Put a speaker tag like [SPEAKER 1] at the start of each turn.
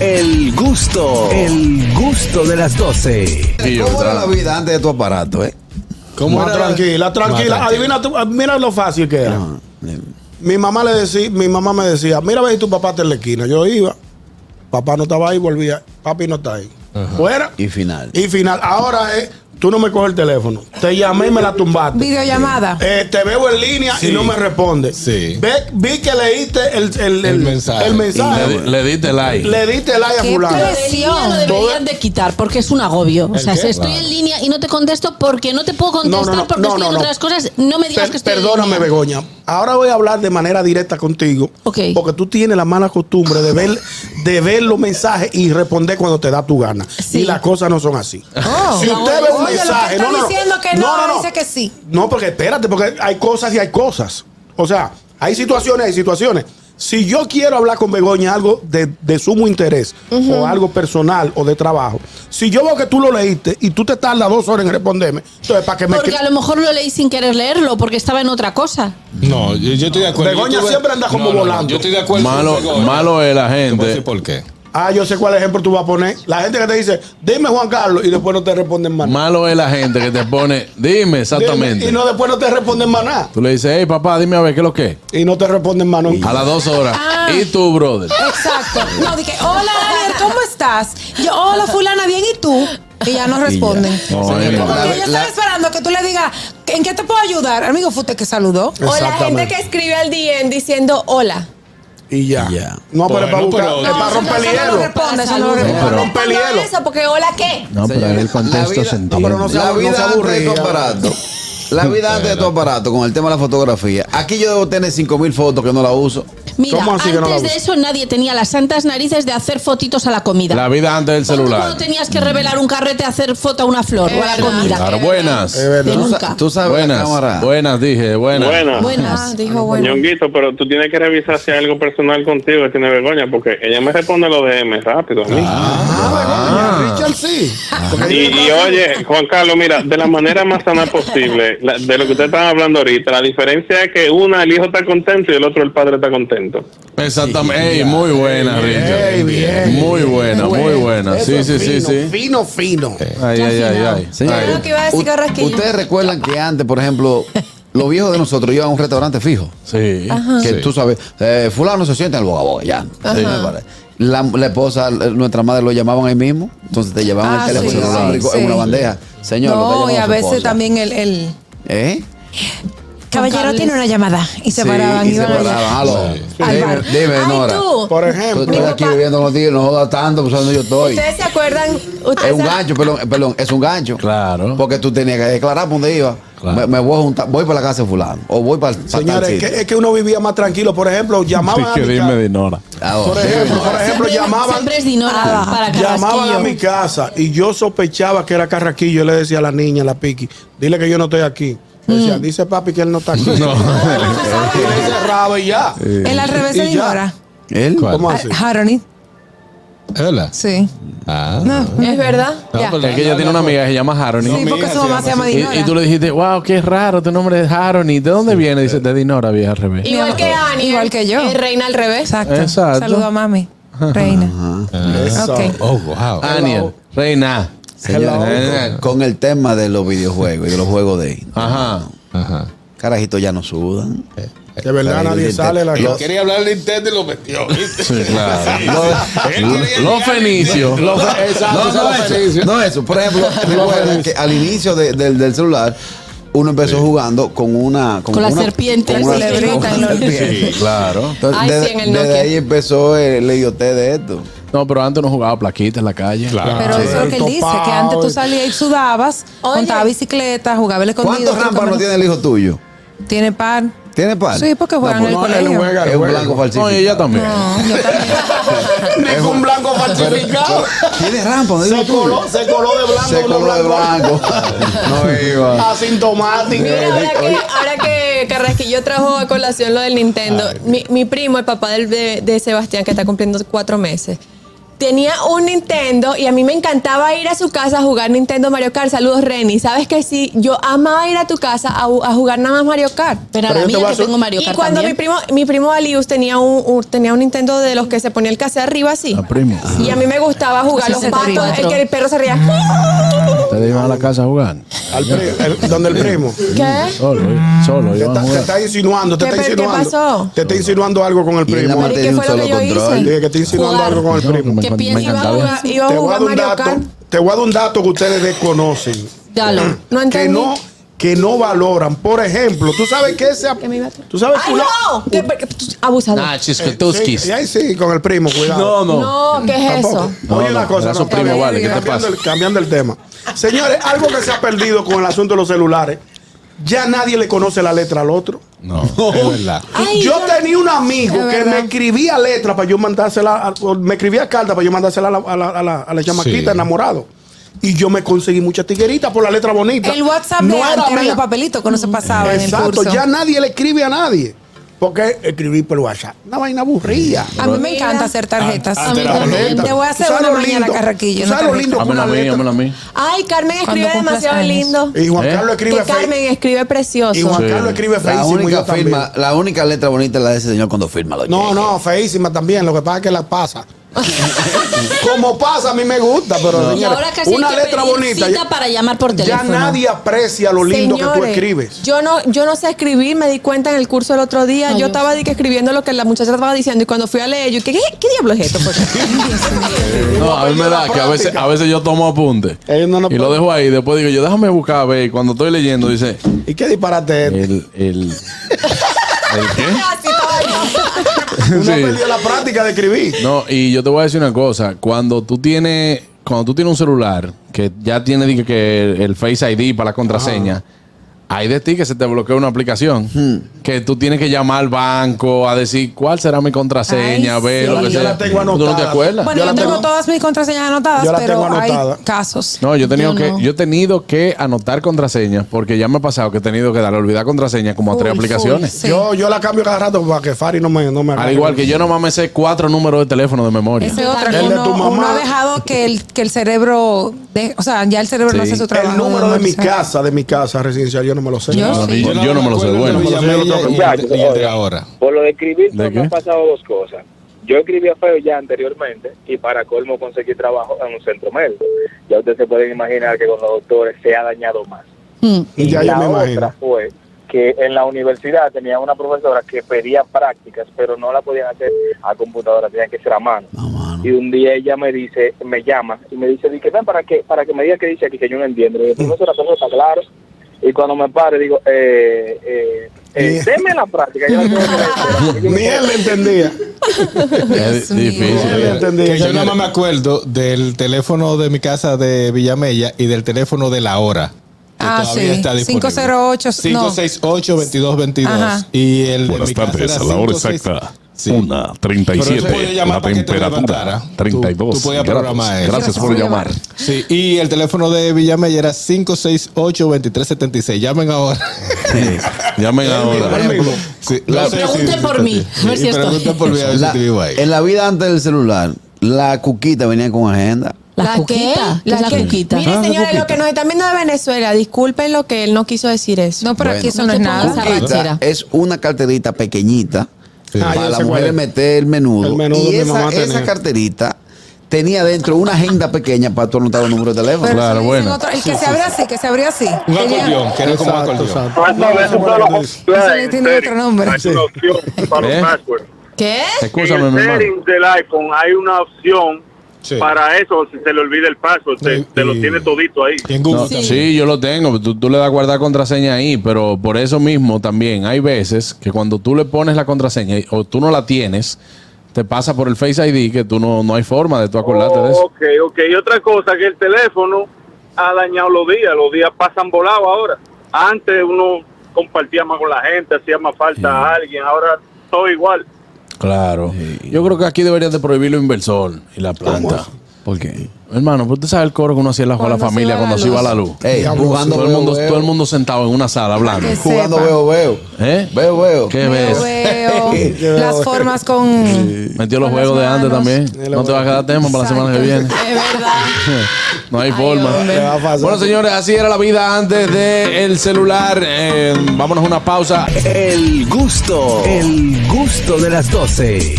[SPEAKER 1] El gusto, el gusto de las 12.
[SPEAKER 2] ¿Cómo era la vida antes de tu aparato, eh?
[SPEAKER 3] ¿Cómo
[SPEAKER 4] Más
[SPEAKER 3] era?
[SPEAKER 4] tranquila, tranquila.
[SPEAKER 3] Más
[SPEAKER 4] Adivina, tú, ah, mira lo fácil que era.
[SPEAKER 2] No, ni-
[SPEAKER 4] Mi mamá le decía, mi mamá me decía, mira ve si tu papá está en la esquina. Yo iba, papá no estaba ahí, volvía, papi no está ahí. Fuera.
[SPEAKER 2] Y final.
[SPEAKER 4] Y final. Ahora es, tú no me coges el teléfono. Te llamé y me la tumbaste.
[SPEAKER 5] Videollamada.
[SPEAKER 4] Eh, te veo en línea
[SPEAKER 3] Sí.
[SPEAKER 4] y no me responde.
[SPEAKER 3] Sí.
[SPEAKER 4] Ve- vi que leíste el,
[SPEAKER 3] El
[SPEAKER 4] el- el-
[SPEAKER 3] mensaje.
[SPEAKER 4] el mensaje.
[SPEAKER 3] Le, le diste like.
[SPEAKER 4] Le diste like a
[SPEAKER 5] Qué
[SPEAKER 4] fulano.
[SPEAKER 5] pres-
[SPEAKER 6] Debería, lo deberían de quitar porque es un agobio. O sea,
[SPEAKER 4] qué?
[SPEAKER 6] si estoy en línea y no te contesto porque no te puedo contestar
[SPEAKER 4] No, no, no,
[SPEAKER 6] porque
[SPEAKER 4] no,
[SPEAKER 6] estoy
[SPEAKER 4] no,
[SPEAKER 6] en
[SPEAKER 4] no.
[SPEAKER 6] otras cosas, no me digas
[SPEAKER 4] Per-
[SPEAKER 6] que estoy en
[SPEAKER 4] perdóname,
[SPEAKER 6] línea.
[SPEAKER 4] Begoña. Ahora voy a hablar de manera directa contigo.
[SPEAKER 6] Ok.
[SPEAKER 4] Porque tú tienes la mala costumbre de ver, de ver los mensajes y responder cuando te da tu gana.
[SPEAKER 6] Sí.
[SPEAKER 4] Y las cosas no son así.
[SPEAKER 5] Oh.
[SPEAKER 4] si usted ve un
[SPEAKER 5] Oye, lo que
[SPEAKER 4] mensaje.
[SPEAKER 5] está
[SPEAKER 4] no, no, no.
[SPEAKER 5] diciendo que no, dice que sí.
[SPEAKER 4] No, porque espérate, porque hay cosas y hay cosas. O sea, hay situaciones, hay situaciones. Si yo quiero hablar con Begoña algo de, de sumo interés, o algo personal o de trabajo, si yo veo que tú lo leíste y tú te tardas dos horas en responderme, entonces para que me
[SPEAKER 6] Porque a lo mejor lo leí sin querer leerlo porque estaba en otra cosa.
[SPEAKER 3] No, yo, yo estoy de acuerdo.
[SPEAKER 4] Begoña
[SPEAKER 3] Yo tuve-
[SPEAKER 4] siempre anda como volando.
[SPEAKER 3] Yo estoy de acuerdo.
[SPEAKER 7] Malo,
[SPEAKER 3] con Begoña.
[SPEAKER 7] malo es la
[SPEAKER 3] Te voy a
[SPEAKER 7] gente.
[SPEAKER 3] decir ¿Por qué?
[SPEAKER 4] Ah, yo sé cuál ejemplo tú vas a poner. La gente que te dice, dime Juan Carlos, y después no te responden más nada.
[SPEAKER 7] Malo es la gente que te pone, dime
[SPEAKER 4] Dime,
[SPEAKER 7] exactamente.
[SPEAKER 4] Y no, después no te responden más nada.
[SPEAKER 7] Tú le dices, hey papá, dime a ver qué es lo que es?".
[SPEAKER 4] Y no te responden más nunca.
[SPEAKER 7] A las dos horas.
[SPEAKER 5] Ah.
[SPEAKER 7] ¿Y tú, brother?
[SPEAKER 5] Exacto. No, dije, hola Daniel, ¿cómo estás? Yo, hola fulana, bien, ¿y tú? Y ya no responden.
[SPEAKER 7] No, es
[SPEAKER 5] Porque
[SPEAKER 7] la-
[SPEAKER 5] ellos están
[SPEAKER 7] la-
[SPEAKER 5] esperando que tú le digas, ¿en qué te puedo ayudar? Amigo, fuiste que saludó.
[SPEAKER 8] O la gente
[SPEAKER 4] Exactamente.
[SPEAKER 8] que escribe al DM diciendo hola.
[SPEAKER 4] Y ya.
[SPEAKER 2] Y ya.
[SPEAKER 4] No, pero
[SPEAKER 3] Bueno,
[SPEAKER 4] es para buscar,
[SPEAKER 3] pero-
[SPEAKER 4] es para
[SPEAKER 3] No,
[SPEAKER 4] romper el
[SPEAKER 5] eso no
[SPEAKER 4] hielo.
[SPEAKER 5] responde, eso no responde.
[SPEAKER 4] Para romper el
[SPEAKER 8] Cuando
[SPEAKER 4] hielo.
[SPEAKER 8] eso, porque hola qué.
[SPEAKER 9] No, pero en el contexto se
[SPEAKER 2] No,
[SPEAKER 9] entiende.
[SPEAKER 2] pero no se,
[SPEAKER 4] La
[SPEAKER 2] la
[SPEAKER 4] vida
[SPEAKER 2] vida
[SPEAKER 4] antes
[SPEAKER 2] aburre de tu
[SPEAKER 4] aburrida.
[SPEAKER 2] aparato. La vida antes de tu aparato, con el tema de la fotografía. Aquí yo debo tener 5000 fotos que no la uso.
[SPEAKER 6] Mira,
[SPEAKER 4] ¿Cómo así
[SPEAKER 6] antes
[SPEAKER 4] que no la
[SPEAKER 6] de
[SPEAKER 4] uso?
[SPEAKER 6] eso nadie tenía las santas narices de hacer fotitos a la comida.
[SPEAKER 7] la vida antes del
[SPEAKER 6] Solo
[SPEAKER 7] celular.
[SPEAKER 6] Cuando tenías que revelar un carrete, hacer foto a una flor o a la
[SPEAKER 5] verdad.
[SPEAKER 6] comida.
[SPEAKER 7] Claro, buenas.
[SPEAKER 4] Es verdad.
[SPEAKER 6] De
[SPEAKER 2] Tú sa-
[SPEAKER 6] nunca.
[SPEAKER 2] Tú sabes, la cámara.
[SPEAKER 7] Buenas. Buenas, dije, buenas.
[SPEAKER 10] Buenas.
[SPEAKER 5] Ah,
[SPEAKER 6] Buenas.
[SPEAKER 5] dijo, bueno.
[SPEAKER 10] Ñonguito, pero tú tienes que revisar si hay algo personal contigo que tiene vergüenza, porque ella me responde los DM rápido a mí.
[SPEAKER 4] Ah, Begoña, Richard sí. Porque yo-
[SPEAKER 10] Y, y oye, Juan Carlos, mira, de la manera más sana posible, la- de lo que ustedes están hablando ahorita, la diferencia es que una, el hijo está contento y el otro, el padre está contento.
[SPEAKER 7] Exactamente. Ey, muy buena, Richard.
[SPEAKER 4] Ey, bien.
[SPEAKER 7] Muy buena, muy buena.
[SPEAKER 4] Eso
[SPEAKER 7] Sí,
[SPEAKER 4] es
[SPEAKER 7] sí, sí,
[SPEAKER 4] fino,
[SPEAKER 7] sí. Eh,
[SPEAKER 4] Fino, fino.
[SPEAKER 7] Ay, ay, ay, ay.
[SPEAKER 2] Señores,
[SPEAKER 8] Yo lo que iba a decir,
[SPEAKER 2] u-
[SPEAKER 8] Carrasquillo.
[SPEAKER 2] Ustedes recuerdan que antes, por ejemplo, los viejos de nosotros iban a un restaurante fijo.
[SPEAKER 7] Sí.
[SPEAKER 2] Que
[SPEAKER 7] Sí.
[SPEAKER 2] tú sabes, eh, fulano se sienta en el boga ya. Sí, me parece. La, la esposa, eh, nuestra madre lo llamaban ahí mismo, entonces te llevaban
[SPEAKER 5] Ah,
[SPEAKER 2] el teléfono
[SPEAKER 5] sí,
[SPEAKER 2] celular
[SPEAKER 5] sí,
[SPEAKER 2] rico en
[SPEAKER 5] sí.
[SPEAKER 2] una bandeja. Señor, lo está
[SPEAKER 5] No,
[SPEAKER 2] llamando
[SPEAKER 5] y a
[SPEAKER 2] su
[SPEAKER 5] veces
[SPEAKER 2] esposa.
[SPEAKER 5] también el, el
[SPEAKER 2] ¿Eh?
[SPEAKER 5] caballero
[SPEAKER 6] cables.
[SPEAKER 5] tiene una llamada y se
[SPEAKER 2] Sí,
[SPEAKER 5] paraban
[SPEAKER 2] y
[SPEAKER 5] iban
[SPEAKER 2] se
[SPEAKER 5] allá.
[SPEAKER 2] paraban. Aló.
[SPEAKER 5] Al
[SPEAKER 2] Dime,
[SPEAKER 5] bar.
[SPEAKER 2] dime,
[SPEAKER 5] Ay,
[SPEAKER 2] Nora.
[SPEAKER 5] tú.
[SPEAKER 4] Por
[SPEAKER 2] Tú
[SPEAKER 4] ejemplo.
[SPEAKER 2] estás aquí bebiendo los días, no jodas tanto, pues ¿sabes dónde yo estoy.
[SPEAKER 8] ¿Ustedes se acuerdan?
[SPEAKER 2] Es
[SPEAKER 8] Ustedes
[SPEAKER 2] un
[SPEAKER 8] se-
[SPEAKER 2] gancho, perdón, eh, perdón, es un gancho.
[SPEAKER 7] Claro.
[SPEAKER 2] Porque tú tenías que declarar por dónde ibas. Me, me voy a juntar, voy para la casa de fulano. O voy para el
[SPEAKER 4] Señores, es que, es que uno vivía más tranquilo. Por ejemplo, llamaban a
[SPEAKER 7] que
[SPEAKER 4] mi
[SPEAKER 7] dime
[SPEAKER 4] casa.
[SPEAKER 7] de Nora.
[SPEAKER 4] Por ejemplo, por ejemplo,
[SPEAKER 6] Siempre-
[SPEAKER 4] llamaban.
[SPEAKER 6] Siempre es Dinora para
[SPEAKER 4] Llamaban a mi
[SPEAKER 6] Carrasquillo.
[SPEAKER 4] casa y yo sospechaba que era Carraquillo. Yo le decía a la niña, a la Piqui, dile que yo no estoy aquí. Le Decía, dice papi que él no está aquí. Y
[SPEAKER 7] No.
[SPEAKER 4] le cerraba "Ah, pues, y ya.
[SPEAKER 5] El al revés
[SPEAKER 4] Y
[SPEAKER 5] de
[SPEAKER 4] ya. Ah,
[SPEAKER 5] Dinora.
[SPEAKER 2] ¿Él?
[SPEAKER 3] ¿Cuál?
[SPEAKER 4] ¿Cómo así?
[SPEAKER 5] Harony.
[SPEAKER 3] ¿Hola?
[SPEAKER 5] Sí.
[SPEAKER 3] Ah.
[SPEAKER 5] No.
[SPEAKER 8] Es verdad.
[SPEAKER 3] No,
[SPEAKER 5] Ya.
[SPEAKER 3] pero
[SPEAKER 7] Es que ella tiene una amiga que se llama Harony.
[SPEAKER 5] Sí, porque su mamá se llama
[SPEAKER 7] Y,
[SPEAKER 5] Dinora.
[SPEAKER 7] y tú le dijiste, wow, qué raro, tu nombre es Harony. ¿De dónde viene? Dice, de Dinora, vieja al revés.
[SPEAKER 8] Igual que Ani.
[SPEAKER 6] eh,
[SPEAKER 5] Igual que yo.
[SPEAKER 8] Es reina al revés.
[SPEAKER 5] Exacto.
[SPEAKER 7] Exacto.
[SPEAKER 5] Saludo a mami. Reina.
[SPEAKER 4] Eso.
[SPEAKER 5] Ok.
[SPEAKER 3] Oh, wow.
[SPEAKER 7] Aniel, reina.
[SPEAKER 2] Señores, con el tema de los videojuegos y de los juegos de
[SPEAKER 7] Ah, Ajá.
[SPEAKER 3] Ajá.
[SPEAKER 2] carajito ya no sudan.
[SPEAKER 4] De verdad, nadie sale a la
[SPEAKER 3] Él
[SPEAKER 4] casa.
[SPEAKER 3] quería hablar de Nintendo y lo metió.
[SPEAKER 7] Sí, claro.
[SPEAKER 3] Él quería
[SPEAKER 7] Los
[SPEAKER 3] llegar a
[SPEAKER 7] fenicios.
[SPEAKER 3] Nintendo.
[SPEAKER 7] Los-
[SPEAKER 2] No,
[SPEAKER 3] Exacto,
[SPEAKER 2] no,
[SPEAKER 3] los
[SPEAKER 2] eso,
[SPEAKER 3] fenicios.
[SPEAKER 2] no, eso. Por ejemplo, recuerdan que al inicio de- del- del celular, uno empezó jugando con una.
[SPEAKER 6] Con la
[SPEAKER 2] una-
[SPEAKER 6] serpiente,
[SPEAKER 2] con una-
[SPEAKER 6] la cerebrita
[SPEAKER 2] con
[SPEAKER 6] en
[SPEAKER 2] una
[SPEAKER 6] los-
[SPEAKER 2] serpiente.
[SPEAKER 7] Claro.
[SPEAKER 2] Entonces,
[SPEAKER 8] Ay, sí,
[SPEAKER 2] desde-
[SPEAKER 8] en el
[SPEAKER 2] desde
[SPEAKER 8] Nokia.
[SPEAKER 2] ahí empezó el, la idiotez de esto.
[SPEAKER 7] No, pero antes no jugaba plaquita en la calle. Claro.
[SPEAKER 5] Pero eso es lo que él
[SPEAKER 4] Topado.
[SPEAKER 5] dice, que antes tú salías y sudabas,
[SPEAKER 8] Oye.
[SPEAKER 5] montabas bicicleta, jugabas el escondido.
[SPEAKER 2] ¿Cuántos rampas no
[SPEAKER 5] truco,
[SPEAKER 2] tiene el hijo tuyo?
[SPEAKER 5] Tiene par.
[SPEAKER 2] ¿Tiene par?
[SPEAKER 5] Sí, porque juegan
[SPEAKER 2] No, pues,
[SPEAKER 5] en el
[SPEAKER 4] no, él
[SPEAKER 5] colegio.
[SPEAKER 4] juega.
[SPEAKER 2] Es un blanco falsificado.
[SPEAKER 7] No, y ella también.
[SPEAKER 5] No, yo también.
[SPEAKER 4] Ningún blanco falsificado.
[SPEAKER 2] Tiene rampa, ¿no?
[SPEAKER 4] Se
[SPEAKER 2] digo tú?
[SPEAKER 4] coló, se coló de blanco.
[SPEAKER 2] Se
[SPEAKER 4] uno
[SPEAKER 2] coló de blanco. no iba.
[SPEAKER 4] Asintomático.
[SPEAKER 8] Mira, ahora que, ahora que Carrasquillo trajo a
[SPEAKER 4] Ah,
[SPEAKER 8] colación lo del Nintendo, mi, mi primo, el papá del- de, de Sebastián, que está cumpliendo cuatro meses, tenía un Nintendo y a mí me encantaba ir a su casa a jugar Nintendo Mario Kart. Saludos, Reni. ¿Sabes que sí? Yo amaba ir a tu casa a, a jugar nada más Mario Kart.
[SPEAKER 4] Pero
[SPEAKER 6] Pero,
[SPEAKER 4] yo
[SPEAKER 6] a
[SPEAKER 4] te
[SPEAKER 6] la
[SPEAKER 4] voy
[SPEAKER 6] mía
[SPEAKER 4] a
[SPEAKER 6] que
[SPEAKER 4] hacer-
[SPEAKER 6] tengo Mario
[SPEAKER 8] y
[SPEAKER 6] Kart
[SPEAKER 8] cuando mi
[SPEAKER 6] también.
[SPEAKER 8] primo, mi primo Alius tenía un, un- tenía un Nintendo de los que se ponía el cassette arriba así.
[SPEAKER 4] Ah,
[SPEAKER 7] primo.
[SPEAKER 8] Y a mí me gustaba jugar los patos,
[SPEAKER 6] 64.
[SPEAKER 8] el que el perro se ría.
[SPEAKER 4] Mm.
[SPEAKER 7] Ustedes iban a la casa a jugar.
[SPEAKER 4] Al pri- el- donde el primo.
[SPEAKER 8] ¿Qué?
[SPEAKER 7] Solo, solo.
[SPEAKER 4] Te
[SPEAKER 7] Iban
[SPEAKER 4] está,
[SPEAKER 7] a
[SPEAKER 4] te
[SPEAKER 7] jugar.
[SPEAKER 4] está insinuando, te
[SPEAKER 8] ¿Qué
[SPEAKER 4] está
[SPEAKER 8] pe- qué
[SPEAKER 4] insinuando.
[SPEAKER 8] pasó?
[SPEAKER 4] Te está insinuando algo con el
[SPEAKER 2] Y nada
[SPEAKER 4] primo.
[SPEAKER 2] más
[SPEAKER 8] ¿y
[SPEAKER 2] te
[SPEAKER 8] qué
[SPEAKER 2] dio un
[SPEAKER 8] fue lo
[SPEAKER 2] solo
[SPEAKER 8] que yo hice?
[SPEAKER 2] control.
[SPEAKER 4] Dije que está insinuando
[SPEAKER 6] Jugar.
[SPEAKER 4] algo con el primo.
[SPEAKER 7] Me-
[SPEAKER 6] Que
[SPEAKER 7] me
[SPEAKER 6] piensa
[SPEAKER 7] encantaba.
[SPEAKER 6] jugar-
[SPEAKER 8] Iba a
[SPEAKER 4] Te voy a
[SPEAKER 8] jugar
[SPEAKER 4] dar un
[SPEAKER 8] Mario Kart.
[SPEAKER 4] dato. Te voy a dar un dato que ustedes desconocen.
[SPEAKER 6] Dalo.
[SPEAKER 8] No
[SPEAKER 4] que
[SPEAKER 8] entendí.
[SPEAKER 4] no que no valoran. Por ejemplo, tú sabes que ese
[SPEAKER 8] Que me iba a tra-
[SPEAKER 4] tú sabes que
[SPEAKER 8] ¡Ay,
[SPEAKER 4] una-
[SPEAKER 8] no! ¿Qué, pe- abusador.
[SPEAKER 5] Ah,
[SPEAKER 7] Nah,
[SPEAKER 4] Sí,
[SPEAKER 7] chisquetuskis.
[SPEAKER 4] sí, ahí sí, con el primo, cuidado.
[SPEAKER 8] no, ¿qué es eso?
[SPEAKER 7] No,
[SPEAKER 4] Oye,
[SPEAKER 7] no,
[SPEAKER 4] una cosa,
[SPEAKER 7] era su
[SPEAKER 4] no,
[SPEAKER 7] primo,
[SPEAKER 4] cambiando-
[SPEAKER 7] vale, ¿qué te
[SPEAKER 4] cambiando,
[SPEAKER 7] pasa?
[SPEAKER 4] el, cambiando el tema. Señores, algo que se ha perdido con el asunto de los celulares, ya nadie le conoce la letra al otro.
[SPEAKER 3] No, es verdad.
[SPEAKER 6] Ay,
[SPEAKER 4] yo
[SPEAKER 6] yo-
[SPEAKER 4] tenía un amigo
[SPEAKER 8] Es
[SPEAKER 4] que
[SPEAKER 8] verdad.
[SPEAKER 4] me escribía letra para yo mandársela, a- o me escribía carta para yo mandársela a la, a la, a la- a la chamaquita
[SPEAKER 3] Sí.
[SPEAKER 4] enamorado. Y yo me conseguí muchas tigueritas por la letra bonita.
[SPEAKER 5] El WhatsApp
[SPEAKER 4] no
[SPEAKER 5] de antes
[SPEAKER 4] era
[SPEAKER 5] eran
[SPEAKER 4] mía.
[SPEAKER 5] los papelitos que no se pasaban en el
[SPEAKER 4] Exacto,
[SPEAKER 5] curso.
[SPEAKER 4] ya nadie le escribe a nadie. Porque escribí por WhatsApp. Una vaina aburrida.
[SPEAKER 5] A mí me encanta
[SPEAKER 4] Ah,
[SPEAKER 5] hacer tarjetas.
[SPEAKER 3] Antes
[SPEAKER 6] era
[SPEAKER 3] boleta.
[SPEAKER 5] Te voy a hacer
[SPEAKER 4] ¿Tú sabes
[SPEAKER 5] una
[SPEAKER 4] lo
[SPEAKER 5] mañana,
[SPEAKER 4] lindo?
[SPEAKER 5] Carraquillo.
[SPEAKER 4] ¿Tú
[SPEAKER 5] una
[SPEAKER 4] sabes lo
[SPEAKER 5] tarjeta.
[SPEAKER 4] lindo?
[SPEAKER 7] Hámela a mí,
[SPEAKER 4] Una
[SPEAKER 7] hámela a mí.
[SPEAKER 8] Ay, Carmen escribe
[SPEAKER 5] Cuando cumplas
[SPEAKER 8] demasiado
[SPEAKER 5] años.
[SPEAKER 8] lindo.
[SPEAKER 4] Y Juan
[SPEAKER 7] ¿Eh?
[SPEAKER 4] Carlos
[SPEAKER 8] Que
[SPEAKER 4] escribe
[SPEAKER 8] Carmen
[SPEAKER 4] fe-
[SPEAKER 8] escribe
[SPEAKER 4] Y
[SPEAKER 8] precioso.
[SPEAKER 4] Juan
[SPEAKER 7] Sí.
[SPEAKER 4] Carlos escribe
[SPEAKER 2] La
[SPEAKER 4] feísimo. y yo
[SPEAKER 2] única,
[SPEAKER 4] también.
[SPEAKER 2] firma, la única letra bonita es la de ese señor cuando firma los
[SPEAKER 4] No,
[SPEAKER 2] cheques.
[SPEAKER 4] no, feísima también. Lo que pasa es que la pasa. Como pasa, a mí me gusta, pero
[SPEAKER 6] Y
[SPEAKER 4] señora,
[SPEAKER 6] ahora casi hay
[SPEAKER 4] una
[SPEAKER 6] que
[SPEAKER 4] letra
[SPEAKER 6] pedir
[SPEAKER 4] bonita.
[SPEAKER 6] cita para llamar por
[SPEAKER 4] ya
[SPEAKER 6] teléfono.
[SPEAKER 4] nadie aprecia lo lindo que tú
[SPEAKER 8] Señores,
[SPEAKER 4] escribes.
[SPEAKER 8] Yo no, yo no sé escribir, me di cuenta en el curso el otro día.
[SPEAKER 6] Ay,
[SPEAKER 8] yo
[SPEAKER 6] Dios.
[SPEAKER 8] estaba di que escribiendo lo que la muchacha estaba diciendo y cuando fui a leer, yo, ¿qué, qué, qué diablo es esto? Pues,
[SPEAKER 7] No, a mí me da que a veces, a veces yo tomo apunte.
[SPEAKER 4] Ellos no lo
[SPEAKER 7] y lo
[SPEAKER 4] pueden-
[SPEAKER 7] dejo ahí. Después digo, yo déjame buscar a ver. Y cuando estoy leyendo, dice,
[SPEAKER 4] ¿Y qué disparate es? este?
[SPEAKER 7] el. el ¿El qué?
[SPEAKER 4] Uno
[SPEAKER 7] sí.
[SPEAKER 4] perdió la práctica de escribir.
[SPEAKER 7] No, y yo te voy a decir una cosa. Cuando tú tienes, cuando tú tienes un celular que ya tiene dije, que el, el Face ID para la contraseña, hay de ti que se te bloquea una aplicación.
[SPEAKER 4] Hmm.
[SPEAKER 7] Que tú tienes que llamar al banco a decir cuál será mi contraseña,
[SPEAKER 5] Ay,
[SPEAKER 7] a ver
[SPEAKER 5] sí.
[SPEAKER 7] lo que
[SPEAKER 4] Yo
[SPEAKER 7] sea.
[SPEAKER 4] la tengo
[SPEAKER 7] ¿Tú no te
[SPEAKER 4] anotada.
[SPEAKER 7] acuerdas?
[SPEAKER 5] Bueno,
[SPEAKER 4] Yo
[SPEAKER 5] yo,
[SPEAKER 4] la
[SPEAKER 5] tengo,
[SPEAKER 4] tengo-
[SPEAKER 5] todas mis contraseñas anotadas,
[SPEAKER 4] Yo la
[SPEAKER 5] pero
[SPEAKER 4] tengo anotada.
[SPEAKER 5] hay casos.
[SPEAKER 7] No, yo he tenido
[SPEAKER 6] Yo
[SPEAKER 7] que,
[SPEAKER 6] no.
[SPEAKER 7] yo he tenido que anotar contraseñas porque ya me ha pasado que he tenido que darle a olvidar contraseña como a tres
[SPEAKER 5] Full,
[SPEAKER 7] aplicaciones.
[SPEAKER 5] full, sí.
[SPEAKER 4] Yo, yo la cambio cada rato para que Fari no me, no me
[SPEAKER 7] Al
[SPEAKER 4] agarre.
[SPEAKER 7] igual que yo nomás me sé cuatro números de teléfono de memoria.
[SPEAKER 5] Esa es otra
[SPEAKER 4] El
[SPEAKER 5] que
[SPEAKER 4] de
[SPEAKER 5] uno,
[SPEAKER 4] tu mamá.
[SPEAKER 5] uno ha dejado que el, que el cerebro, de- o sea, ya el cerebro no
[SPEAKER 7] Sí.
[SPEAKER 5] hace su trabajo.
[SPEAKER 4] El número de mi
[SPEAKER 5] memorizar.
[SPEAKER 4] casa, de mi casa residencial, yo no me lo sé.
[SPEAKER 5] Yo
[SPEAKER 7] No,
[SPEAKER 5] sí.
[SPEAKER 7] ni- yo no me lo sé. Bueno,
[SPEAKER 4] Yo me lo tengo que
[SPEAKER 3] Ya, y el de ahora.
[SPEAKER 9] Por lo de escribir,
[SPEAKER 7] ¿De
[SPEAKER 9] pues,
[SPEAKER 7] qué?
[SPEAKER 9] me han pasado dos cosas. Yo escribía feo ya anteriormente y para colmo conseguí trabajo en un centro médico. Ya ustedes se pueden imaginar que con los doctores se ha dañado más. Y
[SPEAKER 4] Ya yo
[SPEAKER 9] la
[SPEAKER 4] me
[SPEAKER 9] otra
[SPEAKER 4] imagino.
[SPEAKER 9] fue que en la universidad tenía una profesora que pedía prácticas, pero no la podían hacer a computadora, tenían que ser a mano. Y un día ella me dice, me llama y me dice, dije, ven para que, para que me diga que dice aquí, que yo no entiendo. Y yo, profesora, todo está claro. Y cuando me pare, digo, eh, eh, eh,
[SPEAKER 4] Ni-
[SPEAKER 9] deme la práctica. Yo la tengo que hacer. Y yo,
[SPEAKER 4] Ni él le entendía.
[SPEAKER 7] es difícil.
[SPEAKER 4] Ya le entendí.
[SPEAKER 3] Que Eh, yo nada más me acuerdo del teléfono de mi casa de Villamella y del teléfono de la hora. que
[SPEAKER 5] Ah,
[SPEAKER 3] todavía
[SPEAKER 5] sí.
[SPEAKER 3] está disponible.
[SPEAKER 5] 508, no.
[SPEAKER 3] 568
[SPEAKER 5] Ajá.
[SPEAKER 3] 2222 Y el
[SPEAKER 11] Buenas
[SPEAKER 3] de mi casa
[SPEAKER 11] tardes,
[SPEAKER 3] era
[SPEAKER 11] a la hora
[SPEAKER 3] 56.
[SPEAKER 11] exacta.
[SPEAKER 3] Sí.
[SPEAKER 11] Una
[SPEAKER 3] Pero eso
[SPEAKER 11] 37,
[SPEAKER 3] podía llamar
[SPEAKER 11] la
[SPEAKER 3] para que te
[SPEAKER 11] temperatura
[SPEAKER 3] levantara.
[SPEAKER 11] 32.
[SPEAKER 3] Tú- tú podías
[SPEAKER 11] grados.
[SPEAKER 3] programar eso.
[SPEAKER 11] Gracias por llamar.
[SPEAKER 3] Sí, y el teléfono de Villamella era 568-2376. Llamen ahora.
[SPEAKER 7] Llamen ahora.
[SPEAKER 3] Sí,
[SPEAKER 2] La-
[SPEAKER 3] no sé si-
[SPEAKER 6] Pregunten por mí, a ver si
[SPEAKER 3] Sí,
[SPEAKER 6] estoy.
[SPEAKER 3] Pregunten por mí a ver
[SPEAKER 2] La-
[SPEAKER 3] si te vivo ahí.
[SPEAKER 4] Ah,
[SPEAKER 2] en la vida antes del celular, la cuquita venía con agenda.
[SPEAKER 6] La
[SPEAKER 8] que-
[SPEAKER 6] cuquita. ¿Qué es la
[SPEAKER 8] que-
[SPEAKER 6] cuquita?
[SPEAKER 8] Mire,
[SPEAKER 7] Ah, la
[SPEAKER 8] señores, lo
[SPEAKER 7] cuquita.
[SPEAKER 8] que nos están viendo de Venezuela, disculpen lo que él no quiso decir eso.
[SPEAKER 5] No, pero
[SPEAKER 2] Bueno.
[SPEAKER 5] aquí eso
[SPEAKER 6] No
[SPEAKER 5] no es
[SPEAKER 6] te pongas
[SPEAKER 5] nada.
[SPEAKER 6] a- Arrachera.
[SPEAKER 2] Esta es una carterita pequeñita
[SPEAKER 4] Ah,
[SPEAKER 2] para
[SPEAKER 4] yo
[SPEAKER 2] la
[SPEAKER 4] sé cuál
[SPEAKER 2] mujer
[SPEAKER 4] es.
[SPEAKER 2] meter el menudo.
[SPEAKER 4] El menudo
[SPEAKER 2] y
[SPEAKER 4] mi
[SPEAKER 2] esa,
[SPEAKER 4] mamá
[SPEAKER 2] esa
[SPEAKER 4] tenía.
[SPEAKER 2] carterita tenía dentro una agenda pequeña para tú anotar los números de teléfono.
[SPEAKER 5] Pero
[SPEAKER 7] Claro,
[SPEAKER 5] eso dicen
[SPEAKER 7] bueno.
[SPEAKER 5] otro- el que se abre así, que se abre así.
[SPEAKER 3] Un
[SPEAKER 5] Tenía-
[SPEAKER 3] acordeón, que era como un acordeón.
[SPEAKER 4] exacto.
[SPEAKER 10] Más no, eso solo con-
[SPEAKER 5] Eso le tiene otro nombre.
[SPEAKER 10] Hay una opción para
[SPEAKER 7] ¿Eh?
[SPEAKER 10] los passwords.
[SPEAKER 8] ¿Qué?
[SPEAKER 7] Escúchame,
[SPEAKER 10] en
[SPEAKER 7] mi
[SPEAKER 10] el
[SPEAKER 7] hermano.
[SPEAKER 10] settings del iPhone hay una opción
[SPEAKER 3] Sí.
[SPEAKER 10] para eso, si se le olvida el password, te,
[SPEAKER 3] Y-
[SPEAKER 10] te lo
[SPEAKER 3] y-
[SPEAKER 10] tiene todito ahí.
[SPEAKER 3] Y en Google
[SPEAKER 7] No,
[SPEAKER 3] también.
[SPEAKER 7] sí, yo lo tengo. Tú, tú le das guardar contraseña ahí, pero por eso mismo también hay veces que cuando tú le pones la contraseña y- o tú no la tienes, te pasa por el Face ID que tú no, no hay forma de tú acordarte de eso.
[SPEAKER 10] ok, ok. Y otra cosa, que el teléfono ha dañado los días. Los días pasan volados ahora. Antes uno compartía más con la gente, hacía más falta a alguien. Ahora todo igual.
[SPEAKER 7] Claro. Yo creo que aquí deberían de prohibir lo inversor y la planta. ¿Por qué? Hermano, pues usted sabe el coro que uno hacía en la, con la
[SPEAKER 2] Cuando se
[SPEAKER 7] familia
[SPEAKER 2] iba la
[SPEAKER 7] cuando se iba a la
[SPEAKER 2] luz.
[SPEAKER 7] luz.
[SPEAKER 2] Ey, jugando
[SPEAKER 7] todo, el
[SPEAKER 2] veo,
[SPEAKER 7] mundo,
[SPEAKER 2] veo.
[SPEAKER 7] todo el mundo sentado en una sala hablando.
[SPEAKER 5] Que
[SPEAKER 2] Jugando
[SPEAKER 5] sepa.
[SPEAKER 2] veo, veo.
[SPEAKER 7] ¿Eh?
[SPEAKER 2] Veo, veo.
[SPEAKER 7] ¿Qué ves?
[SPEAKER 5] Veo las formas con.
[SPEAKER 7] Metió los
[SPEAKER 5] Con
[SPEAKER 7] juegos de
[SPEAKER 5] las
[SPEAKER 7] antes
[SPEAKER 5] manos.
[SPEAKER 7] también. No te va a quedar tema para la semana que viene.
[SPEAKER 5] Es verdad.
[SPEAKER 7] No hay forma.
[SPEAKER 5] hombre.
[SPEAKER 4] Le va a pasar.
[SPEAKER 7] Bueno, señores, así era la vida antes del celular. Eh, vámonos a una pausa.
[SPEAKER 1] El gusto, el gusto de las 12.